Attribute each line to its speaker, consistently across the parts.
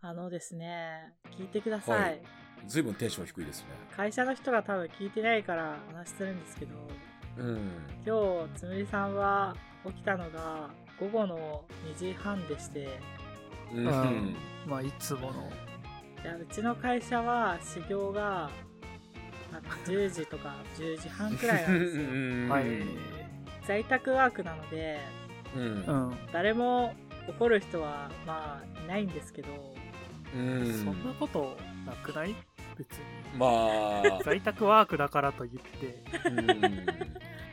Speaker 1: あのですね、聞いてください。
Speaker 2: はいずいぶんテンション低いですね。
Speaker 1: 会社の人が多分聞いてないから話してるんですけど、
Speaker 2: うん。
Speaker 1: 今日、つむりさんは起きたのが午後の2時半でして、
Speaker 2: うん。
Speaker 3: うんまあ、いつもの。
Speaker 1: いやうちの会社は始業がなんか10時とか10時半くらいなんですよ。
Speaker 2: うん
Speaker 3: はい。
Speaker 1: 在宅ワークなので、
Speaker 2: うん
Speaker 3: う。ん。
Speaker 1: 誰も怒る人はまあいないんですけど、
Speaker 2: うん
Speaker 3: そんなことなくない別に。
Speaker 2: まあ、
Speaker 3: 在宅ワークだからと言って。
Speaker 2: うん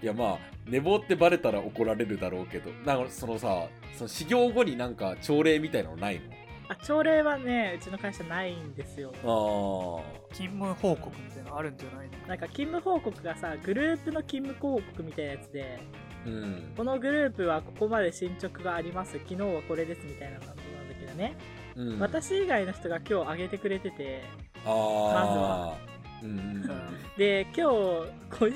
Speaker 2: いやまあ寝坊ってバレたら怒られるだろうけどなんかそのさその始業後になんか朝礼みたいなのない
Speaker 1: あ朝礼はね、うちの会社ないんですよ。
Speaker 2: の
Speaker 3: 勤務報告みたいなのあるんじゃないの
Speaker 1: なんか勤務報告がさ、グループの勤務報告みたいなやつで、
Speaker 2: ああうん
Speaker 1: このグループはここまで進捗があります、昨日はこれですみたいなのなんだけどね、
Speaker 2: うん
Speaker 1: 私以外の人が今日あげてくれてて、まず
Speaker 2: ああ
Speaker 1: は
Speaker 2: うんうん
Speaker 1: で今日午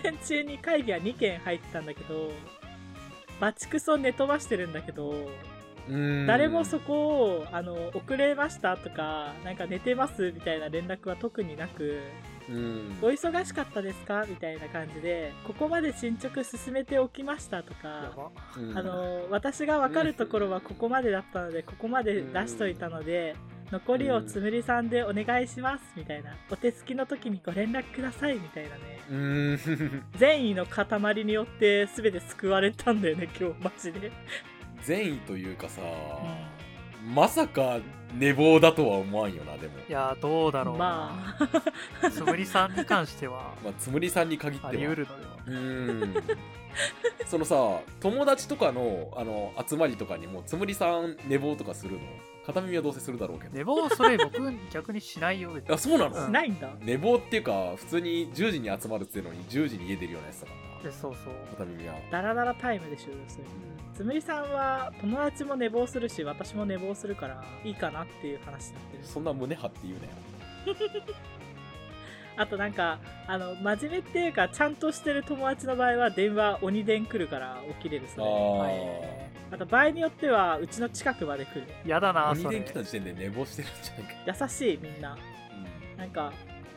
Speaker 1: 前中に会議が2件入ってたんだけどバチクソ寝飛ばしてるんだけど、
Speaker 2: うん
Speaker 1: 誰もそこをあの遅れましたとかなんか寝てますみたいな連絡は特になく
Speaker 2: うん
Speaker 1: お忙しかったですかみたいな感じでここまで進捗進めておきましたと
Speaker 3: や
Speaker 1: か
Speaker 3: ば。
Speaker 2: うん
Speaker 1: あの私が分かるところはここまでだったのでここまで出しといたので残りをつむりさんでお願いしますみたいなお手すきの時にご連絡くださいみたいなね
Speaker 2: うん
Speaker 1: 善意の塊によって全て救われたんだよね 今日マジで
Speaker 2: 善意というかさまさか寝坊だとは思わんよなでも
Speaker 3: いや、どうだろうな。
Speaker 1: まあ
Speaker 3: つむりさんに関しては、
Speaker 2: まあつむりさんに限って
Speaker 3: あ
Speaker 2: は
Speaker 3: り得るのでは。
Speaker 2: うーんそのさ友達とかのあの集まりとかにもつむりさん寝坊とかするの片耳はどうせするだろうけど
Speaker 3: 寝坊それ僕逆にしないよ別 に
Speaker 2: あそうなの、
Speaker 1: しないんだ
Speaker 2: 寝坊っていうか普通に10時に集まるっつうのに10時に家出るようなやつだからな
Speaker 3: えそうそう
Speaker 2: 片耳は
Speaker 1: ダラダラタイムでしょ要するにつむりさんは友達も寝坊するし私も寝坊するからいいかなっていう話になってる
Speaker 2: そんな胸張って言うなよ
Speaker 1: あとなんかあの真面目っていうかちゃんとしてる友達の場合は電話鬼電来るから起きれるそれ
Speaker 2: あ
Speaker 3: はい
Speaker 1: あと場合によってはうちの近くまで来る
Speaker 3: やだ
Speaker 2: あ
Speaker 3: な
Speaker 2: 2
Speaker 3: それ
Speaker 2: 年来た時点で寝坊してるんじゃ ないか
Speaker 1: 優しいみんななんか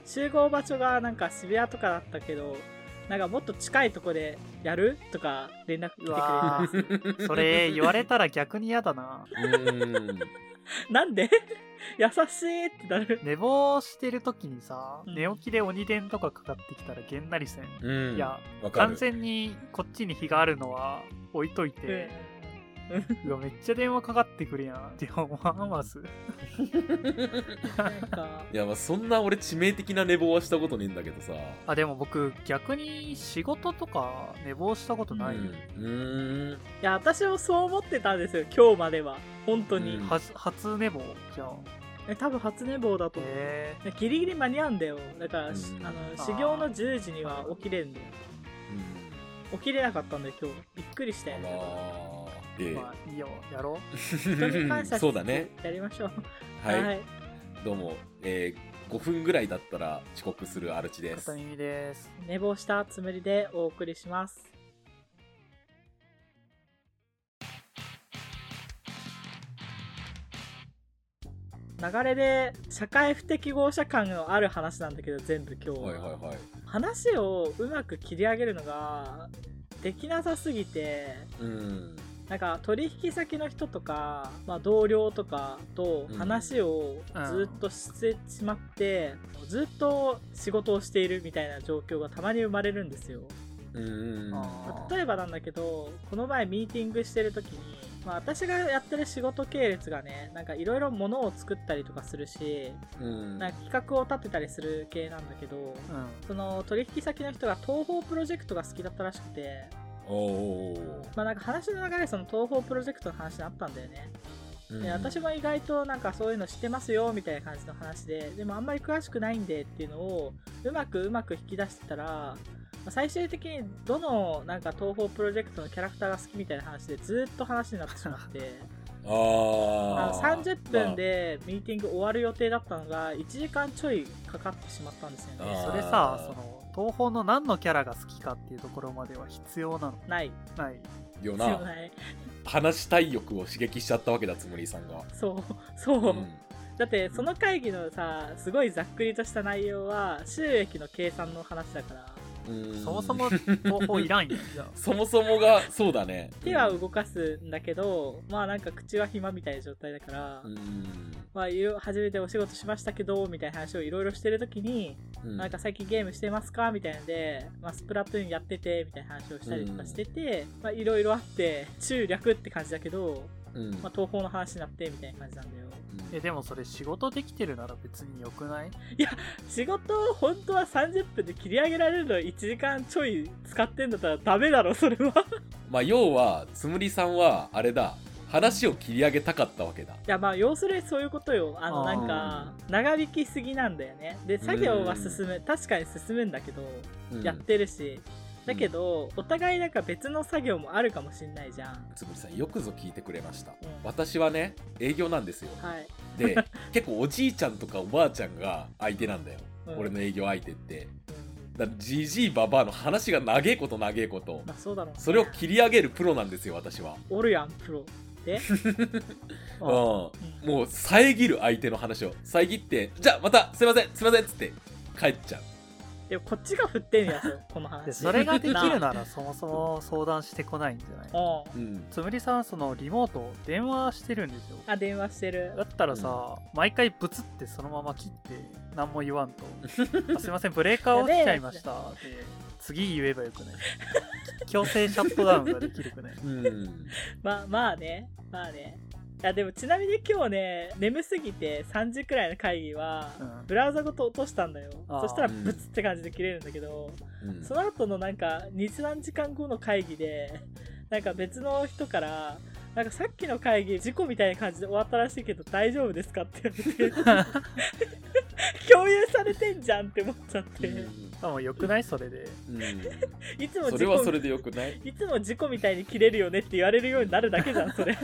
Speaker 1: 集合場所がなんか渋谷とかだったけどなんかもっと近いとこでやるとか連絡来てくれた
Speaker 3: うわーそれ言われたら逆にやだな
Speaker 2: うん
Speaker 1: なんで 優しいってなる
Speaker 3: 寝坊してる時にさ
Speaker 1: うん
Speaker 3: 寝起きで鬼電とかかかってきたらげんなりせん、
Speaker 2: うん
Speaker 3: いや
Speaker 2: わか
Speaker 3: 完
Speaker 2: る
Speaker 3: 全にこっちに火があるのは置いといて、うわめっちゃ電話かかってくるやんって思わんわ す
Speaker 1: なんか
Speaker 2: いやまあそんな俺致命的な寝坊はしたことねえんだけどさ
Speaker 3: あでも僕逆に仕事とか寝坊したことないよ、
Speaker 2: うんうーん
Speaker 1: いや私もそう思ってたんですよ今日までは本当に、
Speaker 2: うん
Speaker 3: は初寝坊じゃん
Speaker 1: え多分初寝坊だと思う
Speaker 3: え
Speaker 1: いやギリギリ間に合うんだよだから、し
Speaker 2: うん
Speaker 1: あの修行の10時には起きれるんだよ
Speaker 2: うん
Speaker 1: 起きれなかったんだよ今日びっくりしたよ、
Speaker 2: ええ
Speaker 3: ー、まあいいよ やろう
Speaker 1: 人に感謝し
Speaker 2: そうだね。
Speaker 1: やりましょう
Speaker 2: はい。
Speaker 1: はい、
Speaker 2: どうも、えー、5分ぐらいだったら遅刻するアルチです
Speaker 3: 片。耳です。
Speaker 1: 寝坊したつもりでお送りします流れで社会不適合者感のある話なんだけど全部今日は、
Speaker 2: はいはいはい。
Speaker 1: 話をうまく切り上げるのができなさすぎて
Speaker 2: うん。
Speaker 1: なんか取引先の人とか、まあ、同僚とかと話をずっとしてしまって、ずっと仕事をしているみたいな状況がたまに生まれるんですよ。
Speaker 2: うん。
Speaker 3: あー
Speaker 1: 例えばなんだけどこの前ミーティングしてる時に、まあ、私がやってる仕事系列がねなんかいろいろものを作ったりとかするし
Speaker 2: うん。
Speaker 1: なんか企画を立てたりする系なんだけど
Speaker 3: うん。
Speaker 1: その取引先の人が東宝プロジェクトが好きだったらしくて、
Speaker 2: おー
Speaker 1: まあ、なんか話の流れでその東宝プロジェクトの話になったんだよね。
Speaker 2: うん
Speaker 1: で私も意外となんかそういうの知ってますよみたいな感じの話ででもあんまり詳しくないんでっていうのをうまくうまく引き出してたらまあ最終的にどのなんか東宝プロジェクトのキャラクターが好きみたいな話でずーっと話になってしまってあ
Speaker 2: あ
Speaker 1: の
Speaker 2: あ。
Speaker 1: 30分でミーティング終わる予定だったのが1時間ちょいかかってしまったんですよ
Speaker 2: あー
Speaker 1: ね。
Speaker 3: それさ、その、東宝の何のキャラが好きかっていうところまでは必要なの
Speaker 1: ない
Speaker 3: ない。
Speaker 2: まあ。
Speaker 1: 必
Speaker 2: よ
Speaker 1: 要
Speaker 2: な。
Speaker 1: ない
Speaker 2: 話したい欲を刺激しちゃったわけだ、つむりさんが。
Speaker 1: そうそう、
Speaker 2: うん
Speaker 1: だってその会議のさすごいざっくりとした内容は収益の計算の話だから
Speaker 2: うん
Speaker 3: そもそも東方いら んやんじゃあ
Speaker 2: そもそもがそうだね
Speaker 1: 手は動かすんだけど、まあなんか口は暇みたいな状態だから、
Speaker 2: うん
Speaker 1: まあいろ初めてお仕事しましたけどみたいな話をいろいろしてる時に、
Speaker 2: うん
Speaker 1: なんか最近ゲームしてますかみたいなので、まあ、スプラトゥーンやっててみたいな話をしたりとかしてて、まあいろいろあって中略って感じだけど、
Speaker 2: うん
Speaker 1: まあ、東方の話になってみたいな感じなんだよ
Speaker 3: えでもそれ仕事できてるなら別によくない
Speaker 1: 仕事を本当は30分で切り上げられるの1時間ちょい使ってんだったらダメだろそれは
Speaker 2: まあ要はつむりさんはあれだ話を切り上げたかったわけだ
Speaker 1: いやまあ要するにそういうことよあの
Speaker 3: あ
Speaker 1: な
Speaker 3: ー
Speaker 1: んか長引きすぎなんだよねで作業は進む確かに進むんだけど
Speaker 2: うん
Speaker 1: やってるしだけどお互いなんか別の作業もあるかもしんないじゃん
Speaker 2: つむりさんよくぞ聞いてくれました
Speaker 1: うん
Speaker 2: 私はね営業なんですよ
Speaker 1: はい、
Speaker 2: で結構おじいちゃんとかおばあちゃんが相手なんだよ
Speaker 1: うん
Speaker 2: 俺の営業相手って
Speaker 1: うん
Speaker 2: だじじいばばあの話が長えこと長えこと
Speaker 1: まあそうだろうね
Speaker 2: それを切り上げるプロなんですよ私は
Speaker 1: おるやんプロで
Speaker 2: うん
Speaker 3: あ
Speaker 1: うん
Speaker 2: もう遮る相手の話を遮ってじゃあまたすいませんすいませんっつって帰っちゃう
Speaker 1: でもこっちが振ってんやつこの話
Speaker 3: でそれができ るならそもそも相談してこないんじゃない
Speaker 1: うん
Speaker 2: うん
Speaker 3: つむりさんはそのリモート電話してるんですよ
Speaker 1: あ電話してる
Speaker 3: だったらさ、毎回ブツってそのまま切って何も言わんとあすいませんブレーカー落ちちゃいましたで次言えばよくない強制シャットダウンができるくない
Speaker 2: うん
Speaker 1: まあまあねまあねいやでもちなみに今日ね眠すぎて3時くらいの会議は、
Speaker 3: うん
Speaker 1: ブラウザごと落としたんだよ
Speaker 3: あー
Speaker 1: そしたらブツって感じで切れるんだけど、
Speaker 2: う ん
Speaker 1: その後のなんか23時間後の会議で なんか別の人からなんかさっきの会議事故みたいな感じで終わったらしいけど大丈夫ですかって言われ て共有されてんじゃんって思っちゃって、
Speaker 3: あもうよくないそれで
Speaker 2: うん
Speaker 1: いつ
Speaker 2: う
Speaker 1: も
Speaker 2: ん
Speaker 1: 事
Speaker 2: それはそ
Speaker 1: 故
Speaker 2: れでよくない
Speaker 1: いつも事故みたいに切れるよねって言われるようになるだけじゃんそれ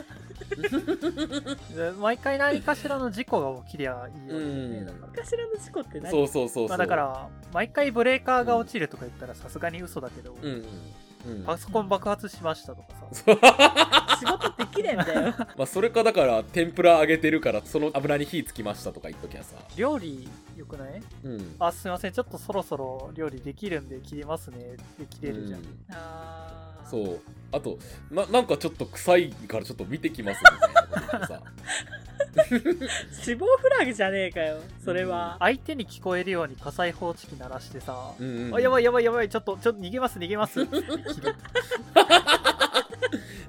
Speaker 3: で毎回何かしらの事故が起きりゃいいよね、
Speaker 2: うん
Speaker 3: だから
Speaker 1: 何かしらの事故って何
Speaker 2: そうそうそうそう、
Speaker 3: まあ、だから毎回ブレーカーが落ちるとか言ったらさすがに嘘だけど、
Speaker 2: うんうん、うん
Speaker 3: パソコン爆発しましたとかさ、
Speaker 1: 仕事できねえんだよ
Speaker 2: まあ、それかだから天ぷら揚げてるからその油に火つきましたとか言っときゃさ、
Speaker 3: 料理よくない
Speaker 2: うん、
Speaker 3: あすいませんちょっとそろそろ料理できるんで切りますねって切れるじゃん、
Speaker 2: うん
Speaker 1: あー
Speaker 2: そうあとななんかちょっと臭いからちょっと見てきますみたいなこと言って さ
Speaker 1: 死亡フラグじゃねえかよそれは、
Speaker 3: 相手に聞こえるように火災報知器鳴らしてさ、
Speaker 2: うんうん、
Speaker 3: あやばいやばいやばいちょっとちょっと逃げます逃 げますって切る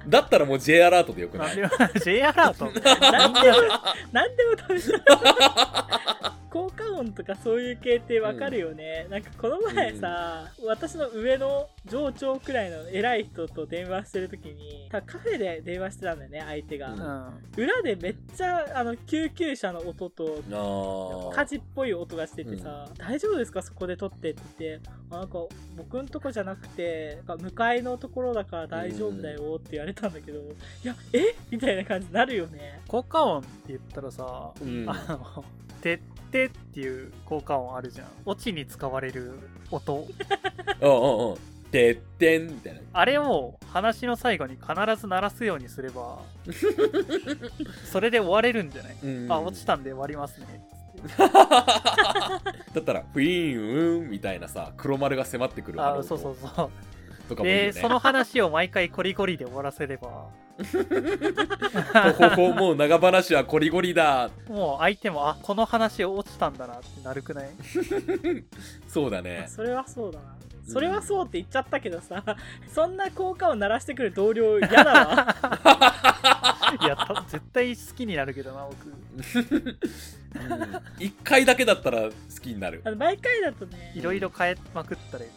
Speaker 2: だったらもう J アラートでよくな
Speaker 3: ないんでも J アラ ート
Speaker 1: なんでもなんでもダメだ効果音とかそういう系ってわかるよね、なんかこの前さ、私の上の上長くらいの偉い人と電話してる時に多分カフェで電話してたんだよね相手が、
Speaker 2: う
Speaker 3: うんん
Speaker 1: 裏でめっちゃあの救急車の音と
Speaker 2: あー
Speaker 1: 火事っぽい音がしててさ、大丈夫ですかそこで撮ってって言ってあなんか僕んとこじゃなくてなんか向かいのところだから大丈夫だよって言われたんだけど、いやえみたいな感じになるよね
Speaker 3: 効果音って言ったらさ、
Speaker 2: うん
Speaker 3: あの「てって」っていう効果音あるじゃんオチに使われる音
Speaker 2: うんうんうんてってんみたいな
Speaker 3: あれを話の最後に必ず鳴らすようにす ればそれで終われるんじゃない、
Speaker 2: うん
Speaker 3: あ落ちたんで終わりますね
Speaker 2: だったらフィーンウーンみたいなさ黒丸が迫ってくる
Speaker 3: あそうそううそう
Speaker 2: とかもいいよね
Speaker 3: でその話を毎回コリコリで終わらせれば
Speaker 2: ほほほもう長話はこりごりだ
Speaker 3: もう相手もあこの話落ちたんだなってなるくない
Speaker 2: そうだ
Speaker 1: まあ
Speaker 2: ね
Speaker 1: それはそうだなそれはそうって言っちゃったけどさ、 そんな効果を鳴らしてくる同僚嫌だわ
Speaker 3: いやた絶対好きになるけどな僕
Speaker 2: 一回だけだったら好きになる
Speaker 1: あの毎回だとね
Speaker 3: いろいろ変えまくったらい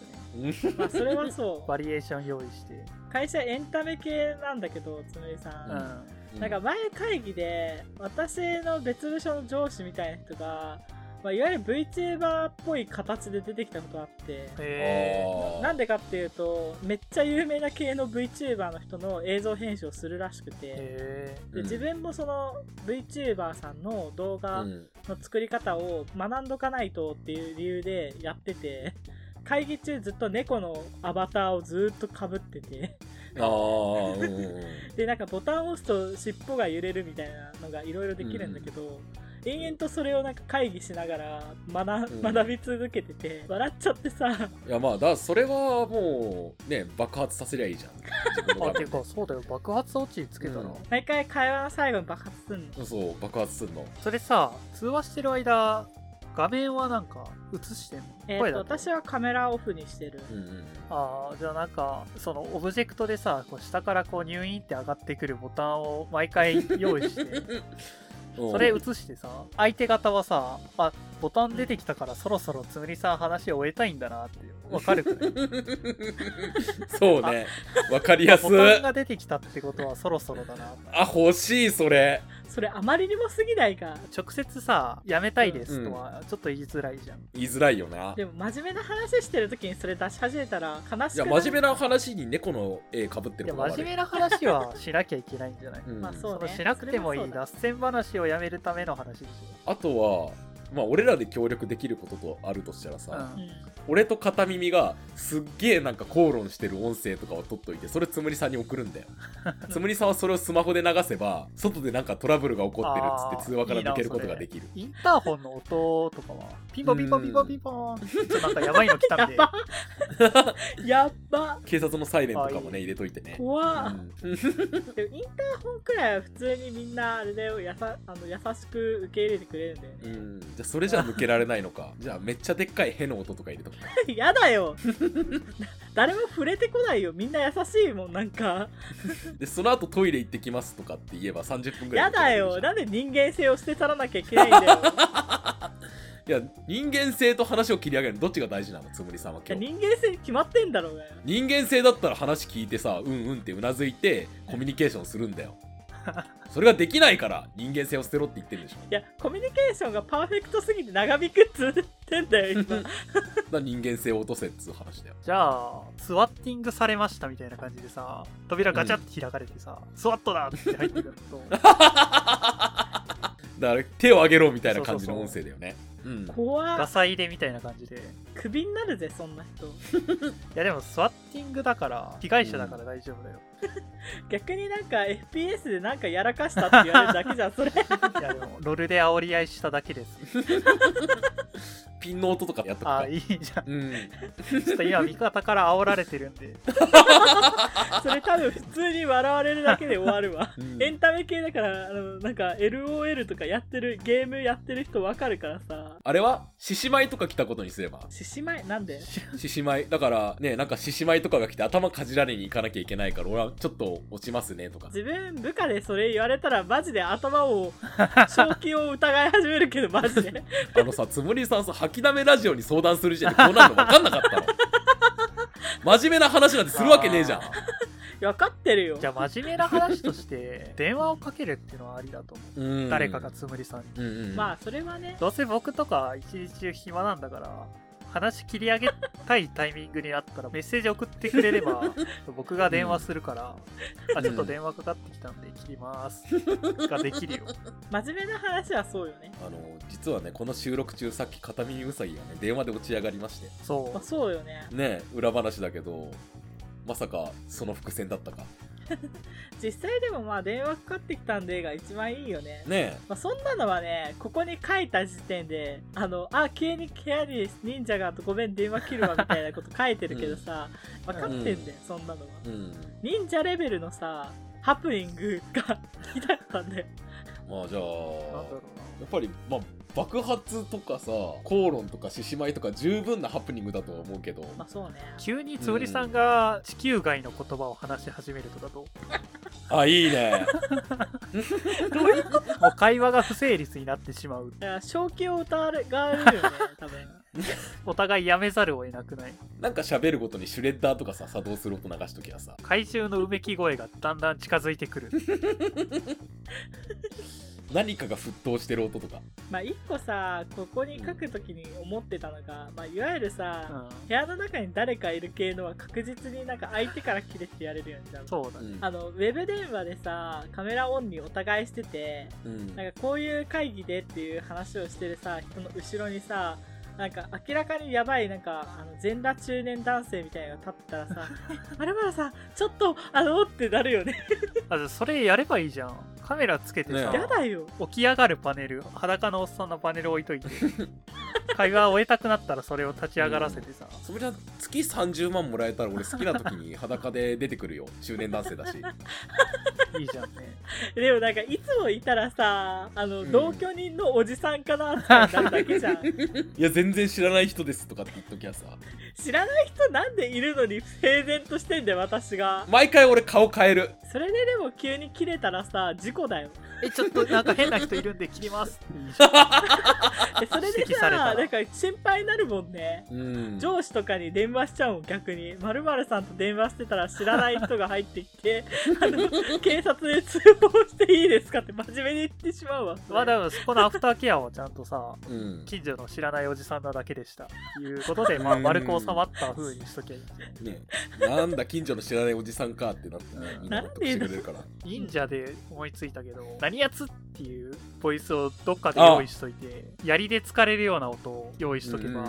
Speaker 3: いよね
Speaker 1: まあそれはそ
Speaker 3: バリエーション用意して、
Speaker 1: う会社エンタメ系なんだけどつむりさ
Speaker 3: うん
Speaker 1: なんか前会議で私の別部署の上司みたいな人が、まあ、いわゆる VTuber っぽい形で出てきたことがあって
Speaker 3: え
Speaker 1: なんでかっていうとめっちゃ有名な系の VTuber の人の映像編集をするらしく
Speaker 3: ー、
Speaker 1: て
Speaker 3: え
Speaker 1: で自分もその VTuber さんの動画の作り方を学んどかないとっていう理由でやってて 会議中ずっと猫のアバターをずーっとかぶってて
Speaker 2: ああうんうん
Speaker 1: でなんかボタンを押すと尻尾が揺れるみたいなのがいろいろできるんだけど、延々とそれをなんか会議しながら学,、
Speaker 2: うん
Speaker 1: 学び続けてて笑っちゃってさ
Speaker 2: いやまあだからそれはもうね爆発させりゃいいじゃん自分の
Speaker 3: あ
Speaker 2: 中
Speaker 3: て
Speaker 2: で
Speaker 3: かそうだよ爆発落ちつけたら、
Speaker 2: うん
Speaker 1: 毎回会話の最後に爆発すんの
Speaker 2: そう爆発すんの
Speaker 3: それさ通話してる間画面はなんか映してんの
Speaker 1: えー
Speaker 3: 声
Speaker 1: と
Speaker 3: だと
Speaker 1: 私はカメラオフにしてる
Speaker 2: うんうんうん
Speaker 3: ああじゃあなんかそのオブジェクトでさこう下からこうニューインって上がってくるボタンを毎回用意して
Speaker 2: うん
Speaker 3: それ映してさ相手方はさあボタン出てきたからそろそろつむりさん話を終えたいんだなってわかるくらい
Speaker 2: そうねわかりやすい
Speaker 3: ボタンが出てきたってことはそろそろだな
Speaker 2: あ欲しいそれ
Speaker 1: それあまりにも過ぎないか
Speaker 3: 直接さ「やめたいです」とはちょっと言いづらいじゃん、
Speaker 2: 言いづらいよな
Speaker 1: でも真面目な話してる時にそれ出し始めたら悲しくない
Speaker 2: いや真面目な話に猫の絵かぶって
Speaker 3: い
Speaker 2: る
Speaker 3: や
Speaker 2: のが悪
Speaker 3: 真面目な話はしなきゃいけないんじ ゃない、
Speaker 2: うん
Speaker 1: まあそう
Speaker 3: その
Speaker 1: ね
Speaker 3: しなくてもい
Speaker 1: そ
Speaker 3: い
Speaker 1: れは
Speaker 3: 脱線話をやめるための話でし
Speaker 2: あとはまあ俺らで協力できることとあるとしたら
Speaker 3: ょ、う、
Speaker 2: さ、
Speaker 1: そうん
Speaker 2: 俺と片耳がすっげえなんか口論してる音声とかを取っといてそれつむりさんに送る んだよつむりさんはそれをスマホで流せば外でなんかトラブルが起こってるっつって通話から抜けることができる
Speaker 3: インターホンの音とかはピンポンピンポンピンポンピンポンちょっとなんかやばいの来た
Speaker 1: や
Speaker 3: んで
Speaker 1: ば やっば
Speaker 2: 警察のサイレンとかもね入れといてね
Speaker 1: 怖っ
Speaker 2: う
Speaker 1: でもイ
Speaker 2: ん
Speaker 1: ンターホンくらいは普通にみんなあれだよやさあの優しく受け入れてくれるんだよね
Speaker 2: うん、じゃあそれじゃ抜けられないのかじゃあめっちゃでっかいヘの音とか入れとくか
Speaker 1: やだよ誰も触れてこないよみんな優しいもんなんか
Speaker 2: でその後トイレ行ってきますとかって言えば30分ぐら
Speaker 1: や
Speaker 2: いで抜けら
Speaker 1: だ
Speaker 2: れるじゃん
Speaker 1: よなんで人間性を捨て去らなきゃいけないん だよ
Speaker 2: いや人間性と話を切り上げるのどっちが大事なのつむりさんはい
Speaker 1: や
Speaker 2: 今日
Speaker 1: 人間性に決まってんだろうがよ
Speaker 2: 人間性だったら話聞いてさうんうんってうなずいてコミュニケーションするんだよそれができないから人間性を捨てろって言ってるでしょ
Speaker 1: いやコミュニケーションがパーフェクトすぎて長引くっつってんだよ 今
Speaker 2: だから人間性を落とせっつう話だよ
Speaker 3: じゃあスワッティングされましたみたいな感じでさ扉ガチャって開かれてさ、スワットだって入ってくる と
Speaker 2: だから手を挙げろみたいな感じの音声だよねうん
Speaker 1: 怖
Speaker 3: ガ
Speaker 1: っ
Speaker 3: サ入れみたいな感じでい
Speaker 1: クビになるぜそんな人
Speaker 3: やでもスワッティングだから被害者だから大丈夫だ よ、
Speaker 1: 逆になんか FPS でなんかやらかしたって言われるだけじゃんそれ
Speaker 3: いやでもロールで煽り合いしただけです
Speaker 2: ピンの音とかやっとく
Speaker 3: あ
Speaker 2: か
Speaker 3: いいじゃん
Speaker 2: うん
Speaker 3: ちょっと今味方から煽られてるんで
Speaker 1: それ多分普通に笑われるだけで終わるわ
Speaker 2: うん
Speaker 1: エンタメ系だからあのなんか LOL とかやってるゲームやってる人わかるからさ
Speaker 2: あれは獅子舞とか来たことにすれば
Speaker 1: 獅子舞なんで
Speaker 2: 獅子舞だからねなんか獅子舞とかが来て頭かじられに行かなきゃいけないから俺はちょっと落ちますねとか
Speaker 1: 自分部下でそれ言われたらマジで頭を正気を疑い始めるけどマジで
Speaker 2: あのさつむりさんさ吐きだめラジオに相談する時点でこうなるの分かんなかったの真面目な話なんてするわけねえじゃん
Speaker 3: あー
Speaker 1: 分かってるよ
Speaker 3: じゃあ真面目な話として電話をかけるっていうのはありだと思う、
Speaker 2: うん
Speaker 3: 誰かがつむりさんに
Speaker 2: うんうん
Speaker 1: まあそれはね
Speaker 3: どうせ僕とか一日中暇なんだから話切り上げたいタイミングになったらメッセージ送ってくれれば僕が電話するから、あちょっと電話かかってきたんで切りますができるよ
Speaker 1: 真面目な話はそうよね
Speaker 2: あの実はねこの収録中さっき片耳うさぎがね電話で落ち上がりまして
Speaker 3: そ
Speaker 1: まあそうよね
Speaker 2: ねえ裏話だけどまさかその伏線だったか
Speaker 1: 実際でもまあ電話かかってきたんでが一番いいよね
Speaker 2: ね
Speaker 1: まあ、そんなのはね、ここに書いた時点で、あの、あ、急にケアに忍者がごめん電話切るわみたいなこと書いてるけどさ、分かってんだよ、そんなのは。
Speaker 2: えうん
Speaker 1: 忍者レベルのさ、ハプニングがひどかったんだよ。
Speaker 2: まあじゃ
Speaker 3: うなんだろ
Speaker 2: あ
Speaker 3: う
Speaker 2: やっぱり、まあ、爆発とかさ口論とか獅子舞とか十分なハプニングだとは思うけど、
Speaker 1: まあそうね。
Speaker 3: な急につむりさんが地球外の言葉を話し始めるとかどう
Speaker 2: あいいね
Speaker 3: もう会話が不成立になってしまう
Speaker 1: いや正気を疑われるよね、多 分。
Speaker 3: お互いやめざるを得なくない
Speaker 2: なんか喋ることにシュレッダーとかさ作動する音流しときゃさ
Speaker 3: 怪獣のうめき声がだんだん近づいてくる
Speaker 2: 何かが沸騰してる音とか
Speaker 1: まあ一個さ、ここに書くときに思ってたのが、まあいわゆる
Speaker 3: う
Speaker 1: さ、
Speaker 3: ん
Speaker 1: 部屋の中に誰かいる系のは確実になんか相手から切れてやれるよね、多分。
Speaker 3: そうだね。
Speaker 1: あのウェブ電話でさカメラオンにお互いしてて
Speaker 2: うん
Speaker 1: なんかこういう会議でっていう話をしてるさ人の後ろにさなんか明らかにやばいなんかあの全裸中年男性みたいなのが立ってたら さ「まるまるさんちょっとあの」ってなるよね
Speaker 3: あ、じゃあそれやればいいじゃん。カメラつけてさ、
Speaker 2: ね
Speaker 1: やだよ
Speaker 3: 起き上がるパネル裸のおっさんのパネル置いといて会話終えたくなったらそれを立ち上がらせてさ、
Speaker 2: つむりちゃん月30万もらえたら俺好きな時に裸で出てくる よ中年男性だし
Speaker 3: いいじゃんね
Speaker 1: でもなんかいつもいたらさあの、
Speaker 2: うん
Speaker 1: 同居人のおじさんかなってなるだけじゃ ん
Speaker 2: いや全然知らない人ですとかって言っときゃさ
Speaker 1: 知らない人なんでいるのに平然としてんで私が
Speaker 2: 毎回俺顔変える
Speaker 1: それででも急に切れたらさ事故だよ
Speaker 3: えちょっとなんか変な人いるんで切りますっていいじゃ ん
Speaker 1: えそれで
Speaker 3: 指摘
Speaker 1: さ
Speaker 3: されたら
Speaker 1: なんか心配になるもんね
Speaker 2: うん
Speaker 1: 上司とかに電話しちゃうもん逆に〇〇さんと電話してたら知らない人が入ってき てあの警察で通報していいですかって真面目に言って し まうわそれ
Speaker 3: まあでもそこのアフターケアはちゃんとさ
Speaker 2: うん
Speaker 3: 近所の知らないおじさんなだけでしたということで、まあ、
Speaker 2: うん
Speaker 3: 丸く収まった風にしときゃいい
Speaker 2: ねなんだ近所の知らないおじさんかってなってねみんな納得してくれるから
Speaker 3: 忍者で思いついたけど「何やつ?」っていうボイスをどっかで用意しといて槍で疲れるような音を用意しとけば、
Speaker 2: うん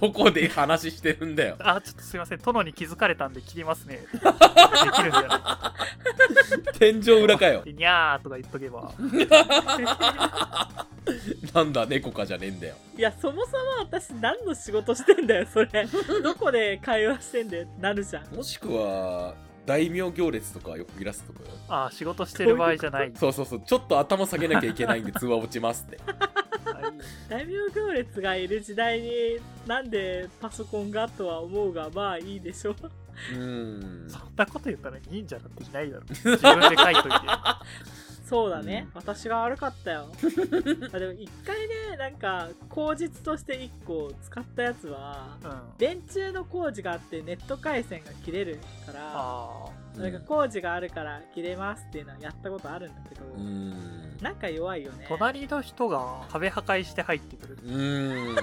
Speaker 2: どこで話してるんだよ
Speaker 3: あちょっとすいません殿に気づかれたんで切ります ねできるんじゃな
Speaker 2: 天井裏かよ
Speaker 3: いでにゃーとか言っとけば
Speaker 2: なんだ猫かじゃねえんだよ
Speaker 1: いやそもそも私何の仕事してんだよそれ どこで会話してんだよってなるじゃん
Speaker 2: もしくは大名行列とかよくいらすとかよ
Speaker 3: あ仕事してる場合じゃ ない
Speaker 2: そうそうそうちょっと頭下げなきゃいけないんで通話落ちますって
Speaker 3: はい
Speaker 1: 大名行列がいる時代になんでパソコンがとは思うがまあいいでしょう
Speaker 2: うん
Speaker 3: そんなこと言ったら忍者なんていない だろ自分で書いといて
Speaker 1: そうだね、
Speaker 2: うん
Speaker 1: 私が悪かったよあでも一回ねなんか口実として一個使ったやつは
Speaker 3: うん
Speaker 1: 電柱の工事があってネット回線が切れるから
Speaker 3: あ
Speaker 1: なんか工事があるから切れますっていうのはやったことあるんだけど、
Speaker 2: うん
Speaker 1: なんか弱いよね
Speaker 3: ー隣の人が壁破壊して入ってくる
Speaker 2: うーん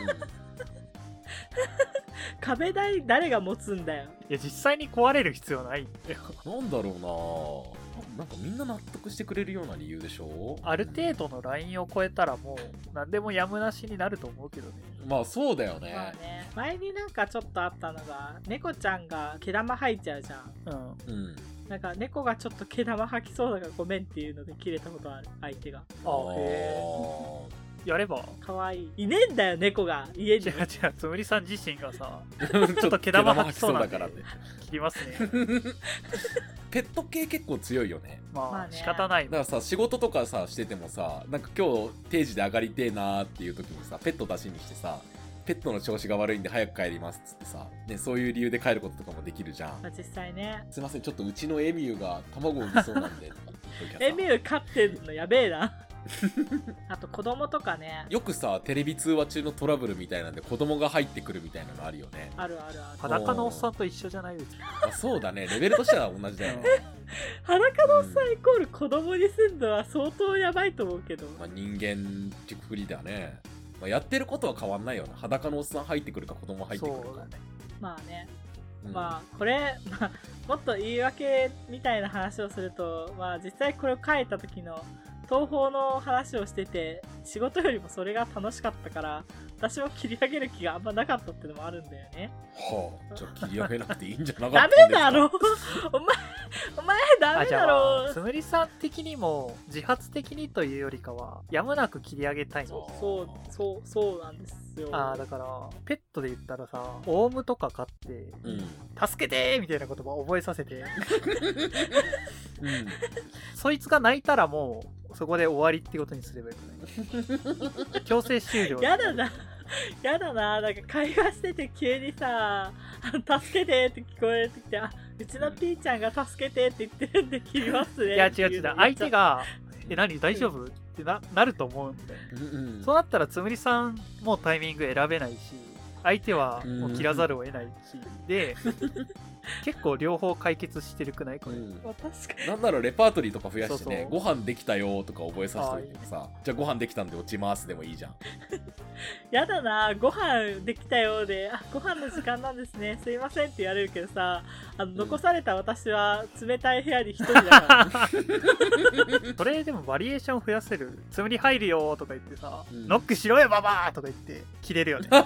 Speaker 1: 壁台誰が持つんだよ
Speaker 3: いや実際に壊れる必要ないんだよ
Speaker 2: なんだろうななんかみんな納得してくれるような理由でしょ
Speaker 3: ある程度のラインを超えたらもう何でもやむなしになると思うけどね
Speaker 2: まあそうだよね,、
Speaker 1: まあね前になんかちょっとあったのが猫ちゃんが毛玉吐いちゃうじゃん
Speaker 3: うん
Speaker 2: うん
Speaker 1: なんか猫がちょっと毛玉吐きそうだからごめんっていうので切れたことある相手が
Speaker 3: あ
Speaker 2: あ
Speaker 3: ーへ
Speaker 2: ー
Speaker 3: えやれば
Speaker 1: かわいいいねえんだよ猫が家に
Speaker 3: 違う違うつむりさん自身がさ
Speaker 2: ち
Speaker 3: ょっと毛玉吐きそうなん
Speaker 2: だ
Speaker 3: で
Speaker 2: か らね
Speaker 3: 切りますね
Speaker 2: ペット系結構強いよね
Speaker 3: まあ、
Speaker 1: まあね
Speaker 3: 仕方ない
Speaker 2: だからさ仕事とかさしててもさなんか今日定時で上がりてえなーっていう時にさペット出しにしてさペットの調子が悪いんで早く帰りますっつってさ、ね、そういう理由で帰ることとかもできるじゃん
Speaker 1: まあ、実際ね
Speaker 2: すいませんちょっとうちのエミューが卵を産みそうなんでとかって言っときゃさ
Speaker 1: エミュー飼ってんのやべえなあと子供とかね
Speaker 2: よくさテレビ通話中のトラブルみたいなんで子供が入ってくるみたいなのあるよね
Speaker 1: あるあるある
Speaker 3: 裸のおっさんと一緒じゃないですか
Speaker 2: あそうだねレベルとしては同じだよね、
Speaker 1: 裸のおっさ
Speaker 2: うん
Speaker 1: んイコール子供にすんのは相当やばいと思うけど
Speaker 2: まあ、人間ってくくりだね、まあ、やってることは変わんないよね裸のおっさん入ってくるか子供入ってくる
Speaker 3: そう
Speaker 2: か
Speaker 3: だね
Speaker 1: まあね
Speaker 2: うん
Speaker 1: まあこれ、まあ、もっと言い訳みたいな話をすると、まあ、実際これを書いた時の東宝の話をしてて仕事よりもそれが楽しかったから私も切り上げる気があんまなかったってのもあるんだよね
Speaker 2: はあ、じゃあ切り上げなくていいんじゃなかった
Speaker 1: ダ
Speaker 2: んです
Speaker 1: メ
Speaker 2: か
Speaker 1: だろお前お前ダ
Speaker 3: あ
Speaker 1: メ
Speaker 3: じ
Speaker 1: だ
Speaker 3: ゃ
Speaker 1: ろ
Speaker 3: あつむりさん的にも自発的にというよりかはやむなく切り上げたい
Speaker 1: そうそうそうそうなんですよ
Speaker 3: あーだからペットで言ったらさオウムとか飼って
Speaker 2: うん、うん
Speaker 3: 「助けて!」みたいな言葉を覚えさせてそいつが泣いたらもうそこで終わりってことにすればいい のね強制終了
Speaker 1: やだな。やだな。なんか会話してて急にさ、あの助けてって聞こえてきて、あ、うちのピーちゃんが助けてって言ってるんで切りますね。
Speaker 3: いや違う違う相
Speaker 1: が。
Speaker 3: 手が「え何大丈夫?」ってななると思うんで
Speaker 2: うんうん
Speaker 3: そうなったらつむりさんもタイミング選べないし相手はもう切らざるを得ないし で結構両方解決してるくないこれ、
Speaker 2: うん
Speaker 1: まあ確か
Speaker 2: なんならレパートリーとか増やしてね
Speaker 3: そう
Speaker 2: ご飯できたよとか覚えさせておいてもさじゃあご飯できたんで落ちますでもいいじゃん
Speaker 1: やだな。ご飯できたようで、あ、ご飯の時間なんですね。すいませんって言われるけどさ、あの、
Speaker 2: ん
Speaker 1: 残された私は冷たい部屋に一人だ から。
Speaker 3: それでもバリエーション増やせるつむり入るよとか言ってさ、
Speaker 2: うん
Speaker 3: ノックしろよババアとか言って切れるよね
Speaker 2: え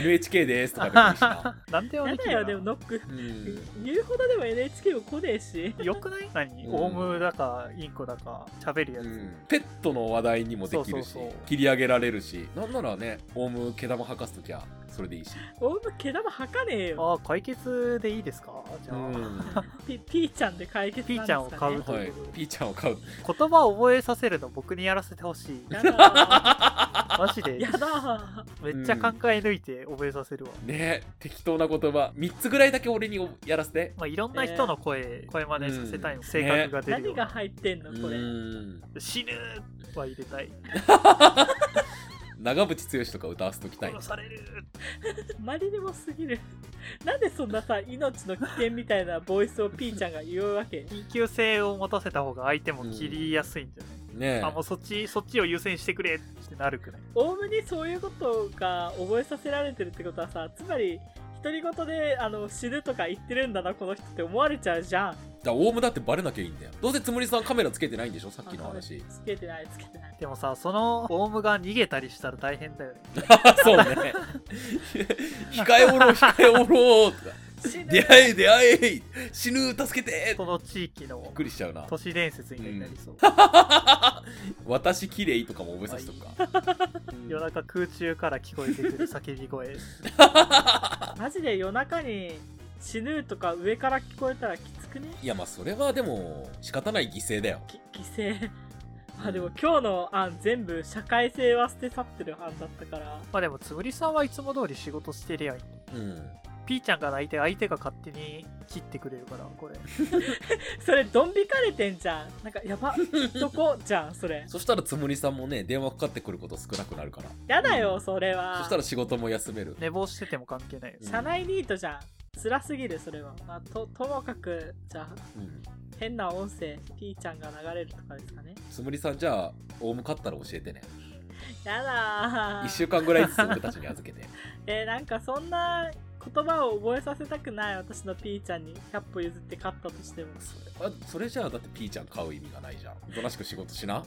Speaker 2: NHK ですとかでもいいしな。
Speaker 3: なんでも
Speaker 1: や
Speaker 3: でき
Speaker 1: だ
Speaker 3: るよ
Speaker 1: よ、
Speaker 3: な
Speaker 1: でもノック。
Speaker 2: うん
Speaker 1: 言うほどでも NHK も来ねえし。
Speaker 3: よくない何、
Speaker 2: うん
Speaker 3: オウムだかインコだか喋るやつ、
Speaker 2: うんペットの話題にもできるし
Speaker 3: そうそうそう
Speaker 2: 切り上げられるしなんならねオウム毛玉吐かすときはそれでいいし、
Speaker 1: オウム毛玉吐かねえよ。
Speaker 3: ああ解決でいいですかじゃあ、
Speaker 2: うん
Speaker 1: ピピーちゃんで解決なんですか、ね、
Speaker 3: ピーちゃんを買う
Speaker 2: はい、ピーちゃんを飼う
Speaker 3: 言葉を覚えさせるの僕にやらせてほしい
Speaker 1: やだ
Speaker 3: マジ
Speaker 1: ー
Speaker 3: で
Speaker 1: やだ
Speaker 3: めっちゃ考え抜いて覚えさせるわ、
Speaker 2: ね適当な言葉3つぐらいだけ俺にやらせて
Speaker 3: まあ、いろんな人の声、声真似させたいの、
Speaker 2: うん
Speaker 3: 性格が
Speaker 1: ー
Speaker 3: 出るよ
Speaker 1: 何
Speaker 3: う
Speaker 1: が
Speaker 3: な、
Speaker 1: 入ってんのこれ、
Speaker 2: うん
Speaker 3: 死ぬは入れたい
Speaker 2: 長渕剛とか歌わせときたい
Speaker 3: 殺される
Speaker 1: あまりにもすぎるなんでそんなさ命の危険みたいなボイスをピーちゃんが言うわけ
Speaker 3: 緊急性を持たせた方が相手も切りやすいんじゃない、
Speaker 2: ね
Speaker 3: あもうそっちそっちを優先してくれってなるくない
Speaker 1: オウムにそういうことが覚えさせられてるってことはさつまり独り言であの死ぬとか言ってるんだなこの人って思われちゃうじゃん
Speaker 2: だからオウムだってバレなきゃいいんだよどうせつむりさんカメラつけてないんでしょさっきの話
Speaker 1: つけてないつけてない
Speaker 3: でもさそのオウムが逃げたりしたら大変だよね
Speaker 2: そうね控えおろう控えおろうとか
Speaker 1: 死ぬ
Speaker 2: 出会え出会え死ぬ助けてび
Speaker 3: その地域の
Speaker 2: っくりしちゃうな
Speaker 3: 都市伝説になりそう、
Speaker 2: 私綺麗とかも覚えさせとくか、
Speaker 3: 夜中空中から聞こえてくる叫び声
Speaker 1: マジで夜中に死ぬとか上から聞こえたらきつくね
Speaker 2: いやまあそれはでも仕方ない犠牲だよ
Speaker 1: き犠牲あでも今日の案全部社会性は捨て去ってる案だった から
Speaker 3: まあでもつむりさんはいつも通り仕事してりゃいい
Speaker 2: うん
Speaker 3: ピーちゃんが泣いて相手が勝手に切ってくれるからこれ
Speaker 1: それドン引かれてんじゃんなんかや ばどこじゃんそれ
Speaker 2: そしたらつむりさんもね電話かかってくること少なくなるから
Speaker 1: やだよそれ
Speaker 2: そ
Speaker 1: は
Speaker 2: したら仕事も休める
Speaker 3: 寝坊してても関係ないよ
Speaker 2: うん
Speaker 1: 社内ニートじゃん辛すぎるそれは、まあ、とともかくじゃあ
Speaker 2: うん
Speaker 1: 変な音声 P ちゃんが流れるとかですかね
Speaker 2: つむりさんじゃあオウム勝ったら教えてね
Speaker 1: やだー
Speaker 2: 1週間ぐらいずつ俺たちに預けて
Speaker 1: えーなんかそんな言葉を覚えさせたくない私の P ちゃんに100歩譲って勝ったとしても
Speaker 2: それあそれじゃあだってピーちゃん買う意味がないじゃんおとなしく仕事しな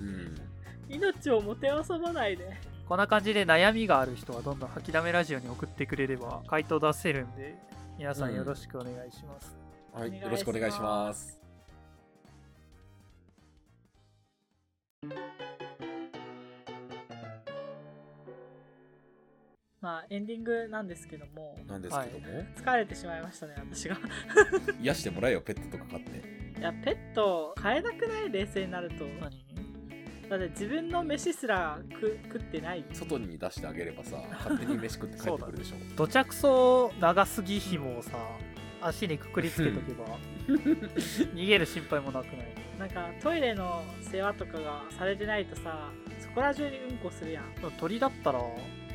Speaker 2: うん
Speaker 1: 命をもてあそばないで
Speaker 3: こんな感じで悩みがある人はどんどん吐きだめラジオに送ってくれれば回答出せるんで皆さんよろしくお願いします、
Speaker 1: お
Speaker 2: は
Speaker 1: 願いしま
Speaker 2: い
Speaker 1: す
Speaker 2: よろしくお願いします
Speaker 1: まあエンディングなんですけども
Speaker 2: なんですけども、
Speaker 1: 疲れてしまいましたね私が
Speaker 2: 癒してもらえよペットとか飼って
Speaker 1: いやペット飼えなくない冷静になると
Speaker 3: 何
Speaker 1: だって自分の飯すら食食ってない
Speaker 2: 外に出してあげれ ばさ勝手に飯食って帰ってくるでしょ
Speaker 3: 土着層長すぎ紐をさ足にくくりつけとけば 逃げる心配もなくない
Speaker 1: なんかトイレの世話とかがされてないとさそこら中にうんこするやん
Speaker 3: 鳥だったら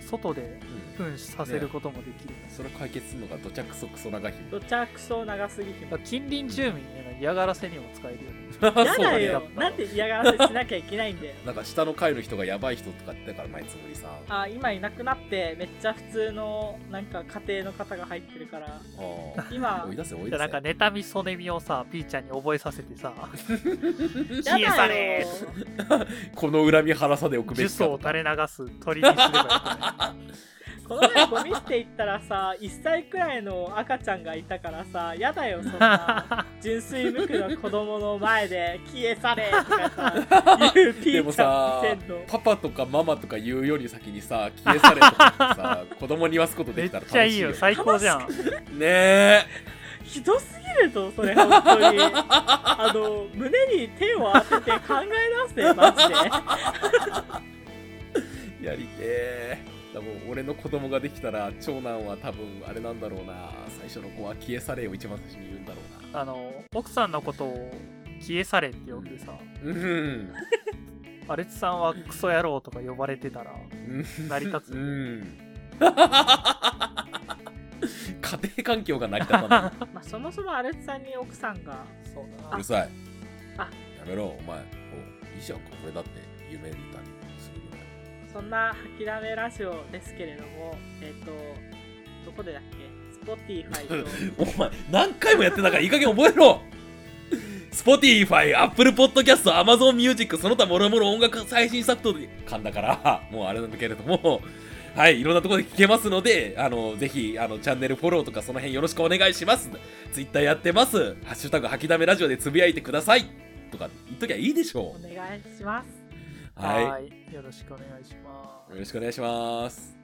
Speaker 3: 外で
Speaker 2: う、
Speaker 3: 糞させることもできる、
Speaker 2: ん、それ解決するのが土着そクソ長ひ
Speaker 1: どちゃくそ長すぎて
Speaker 3: だから近隣住民への嫌がらせにも使えるよね
Speaker 2: も
Speaker 1: や
Speaker 2: そう
Speaker 1: だ
Speaker 2: ね
Speaker 1: よなんで嫌がらせしなきゃいけないんだよ
Speaker 2: なんか下の階の人がやばい人とかってだから前つむり さんあ
Speaker 1: あ今いなくなってめっちゃ普通のなんか家庭の方が入ってるから
Speaker 2: あ
Speaker 1: 今
Speaker 2: 追い出せ追い
Speaker 3: じゃ
Speaker 2: 出
Speaker 3: あなんか
Speaker 2: せ
Speaker 3: 妬みそねみをさピーちゃんに覚えさせてさ
Speaker 1: や
Speaker 3: 消え去
Speaker 1: だよ
Speaker 3: れ
Speaker 2: この恨み晴らさでおくべ
Speaker 3: 呪
Speaker 2: きか
Speaker 3: 詛を垂れ流す鳥にすればよくない
Speaker 1: この前ゴミ捨て行ったらさ1歳くらいの赤ちゃんがいたからさやだよそんな純粋無垢の子供の前で「消え去れ」とかさ言うピ
Speaker 2: でも
Speaker 1: ーちゃ
Speaker 2: さ
Speaker 1: ん見せんの
Speaker 2: パパとかママとか言うより先にさ消え去れとか さ子供に言わすこと
Speaker 3: め
Speaker 2: で
Speaker 3: っ
Speaker 2: きたら楽し
Speaker 3: ちゃい
Speaker 2: い
Speaker 3: い
Speaker 2: よ
Speaker 3: よ最高じゃん
Speaker 2: ねえ
Speaker 1: ひどすぎるぞそれ本当にあの胸に手を当てて考え出せマジで。
Speaker 2: やりてえ多分俺の子供ができたら長男は多分あれなんだろうな最初の子は消え去れを一番最初に言うんだろうな
Speaker 3: あの奥さんのことを消え去れって呼んでさ
Speaker 2: うん
Speaker 3: アレツさんはクソ野郎とか呼ばれてたら
Speaker 2: うん
Speaker 3: 成り立つ
Speaker 2: うん家庭環境が成り立たない
Speaker 1: まあ、そもそもアレツさんに奥さんが
Speaker 3: そう
Speaker 2: う
Speaker 3: だ
Speaker 2: るさい
Speaker 1: あ
Speaker 2: やめろお前おいいじゃんこれだって夢みたいにするぐらい
Speaker 1: そんな吐きだめラジオですけれどもえっ、とどこでだっけ Spotify と
Speaker 2: お前何回もやってんだからいい加減覚えろ Spotify、Apple Podcast、Amazon Music、その他もろもろ音楽最新作とで、噛んだから、もうあれなんだけれども、はい、いろんなところで聞けますので、あの、ぜひ、あの、チャンネルフォローとかその辺よろしくお願いします。ツイッターやってます。ハッシュタグ、吐きだめラジオでつぶやいてください。とか言っときゃいいでしょ
Speaker 1: お願いします。
Speaker 2: う。はい。
Speaker 3: いよろしくお願いします
Speaker 2: よろしくお願いします。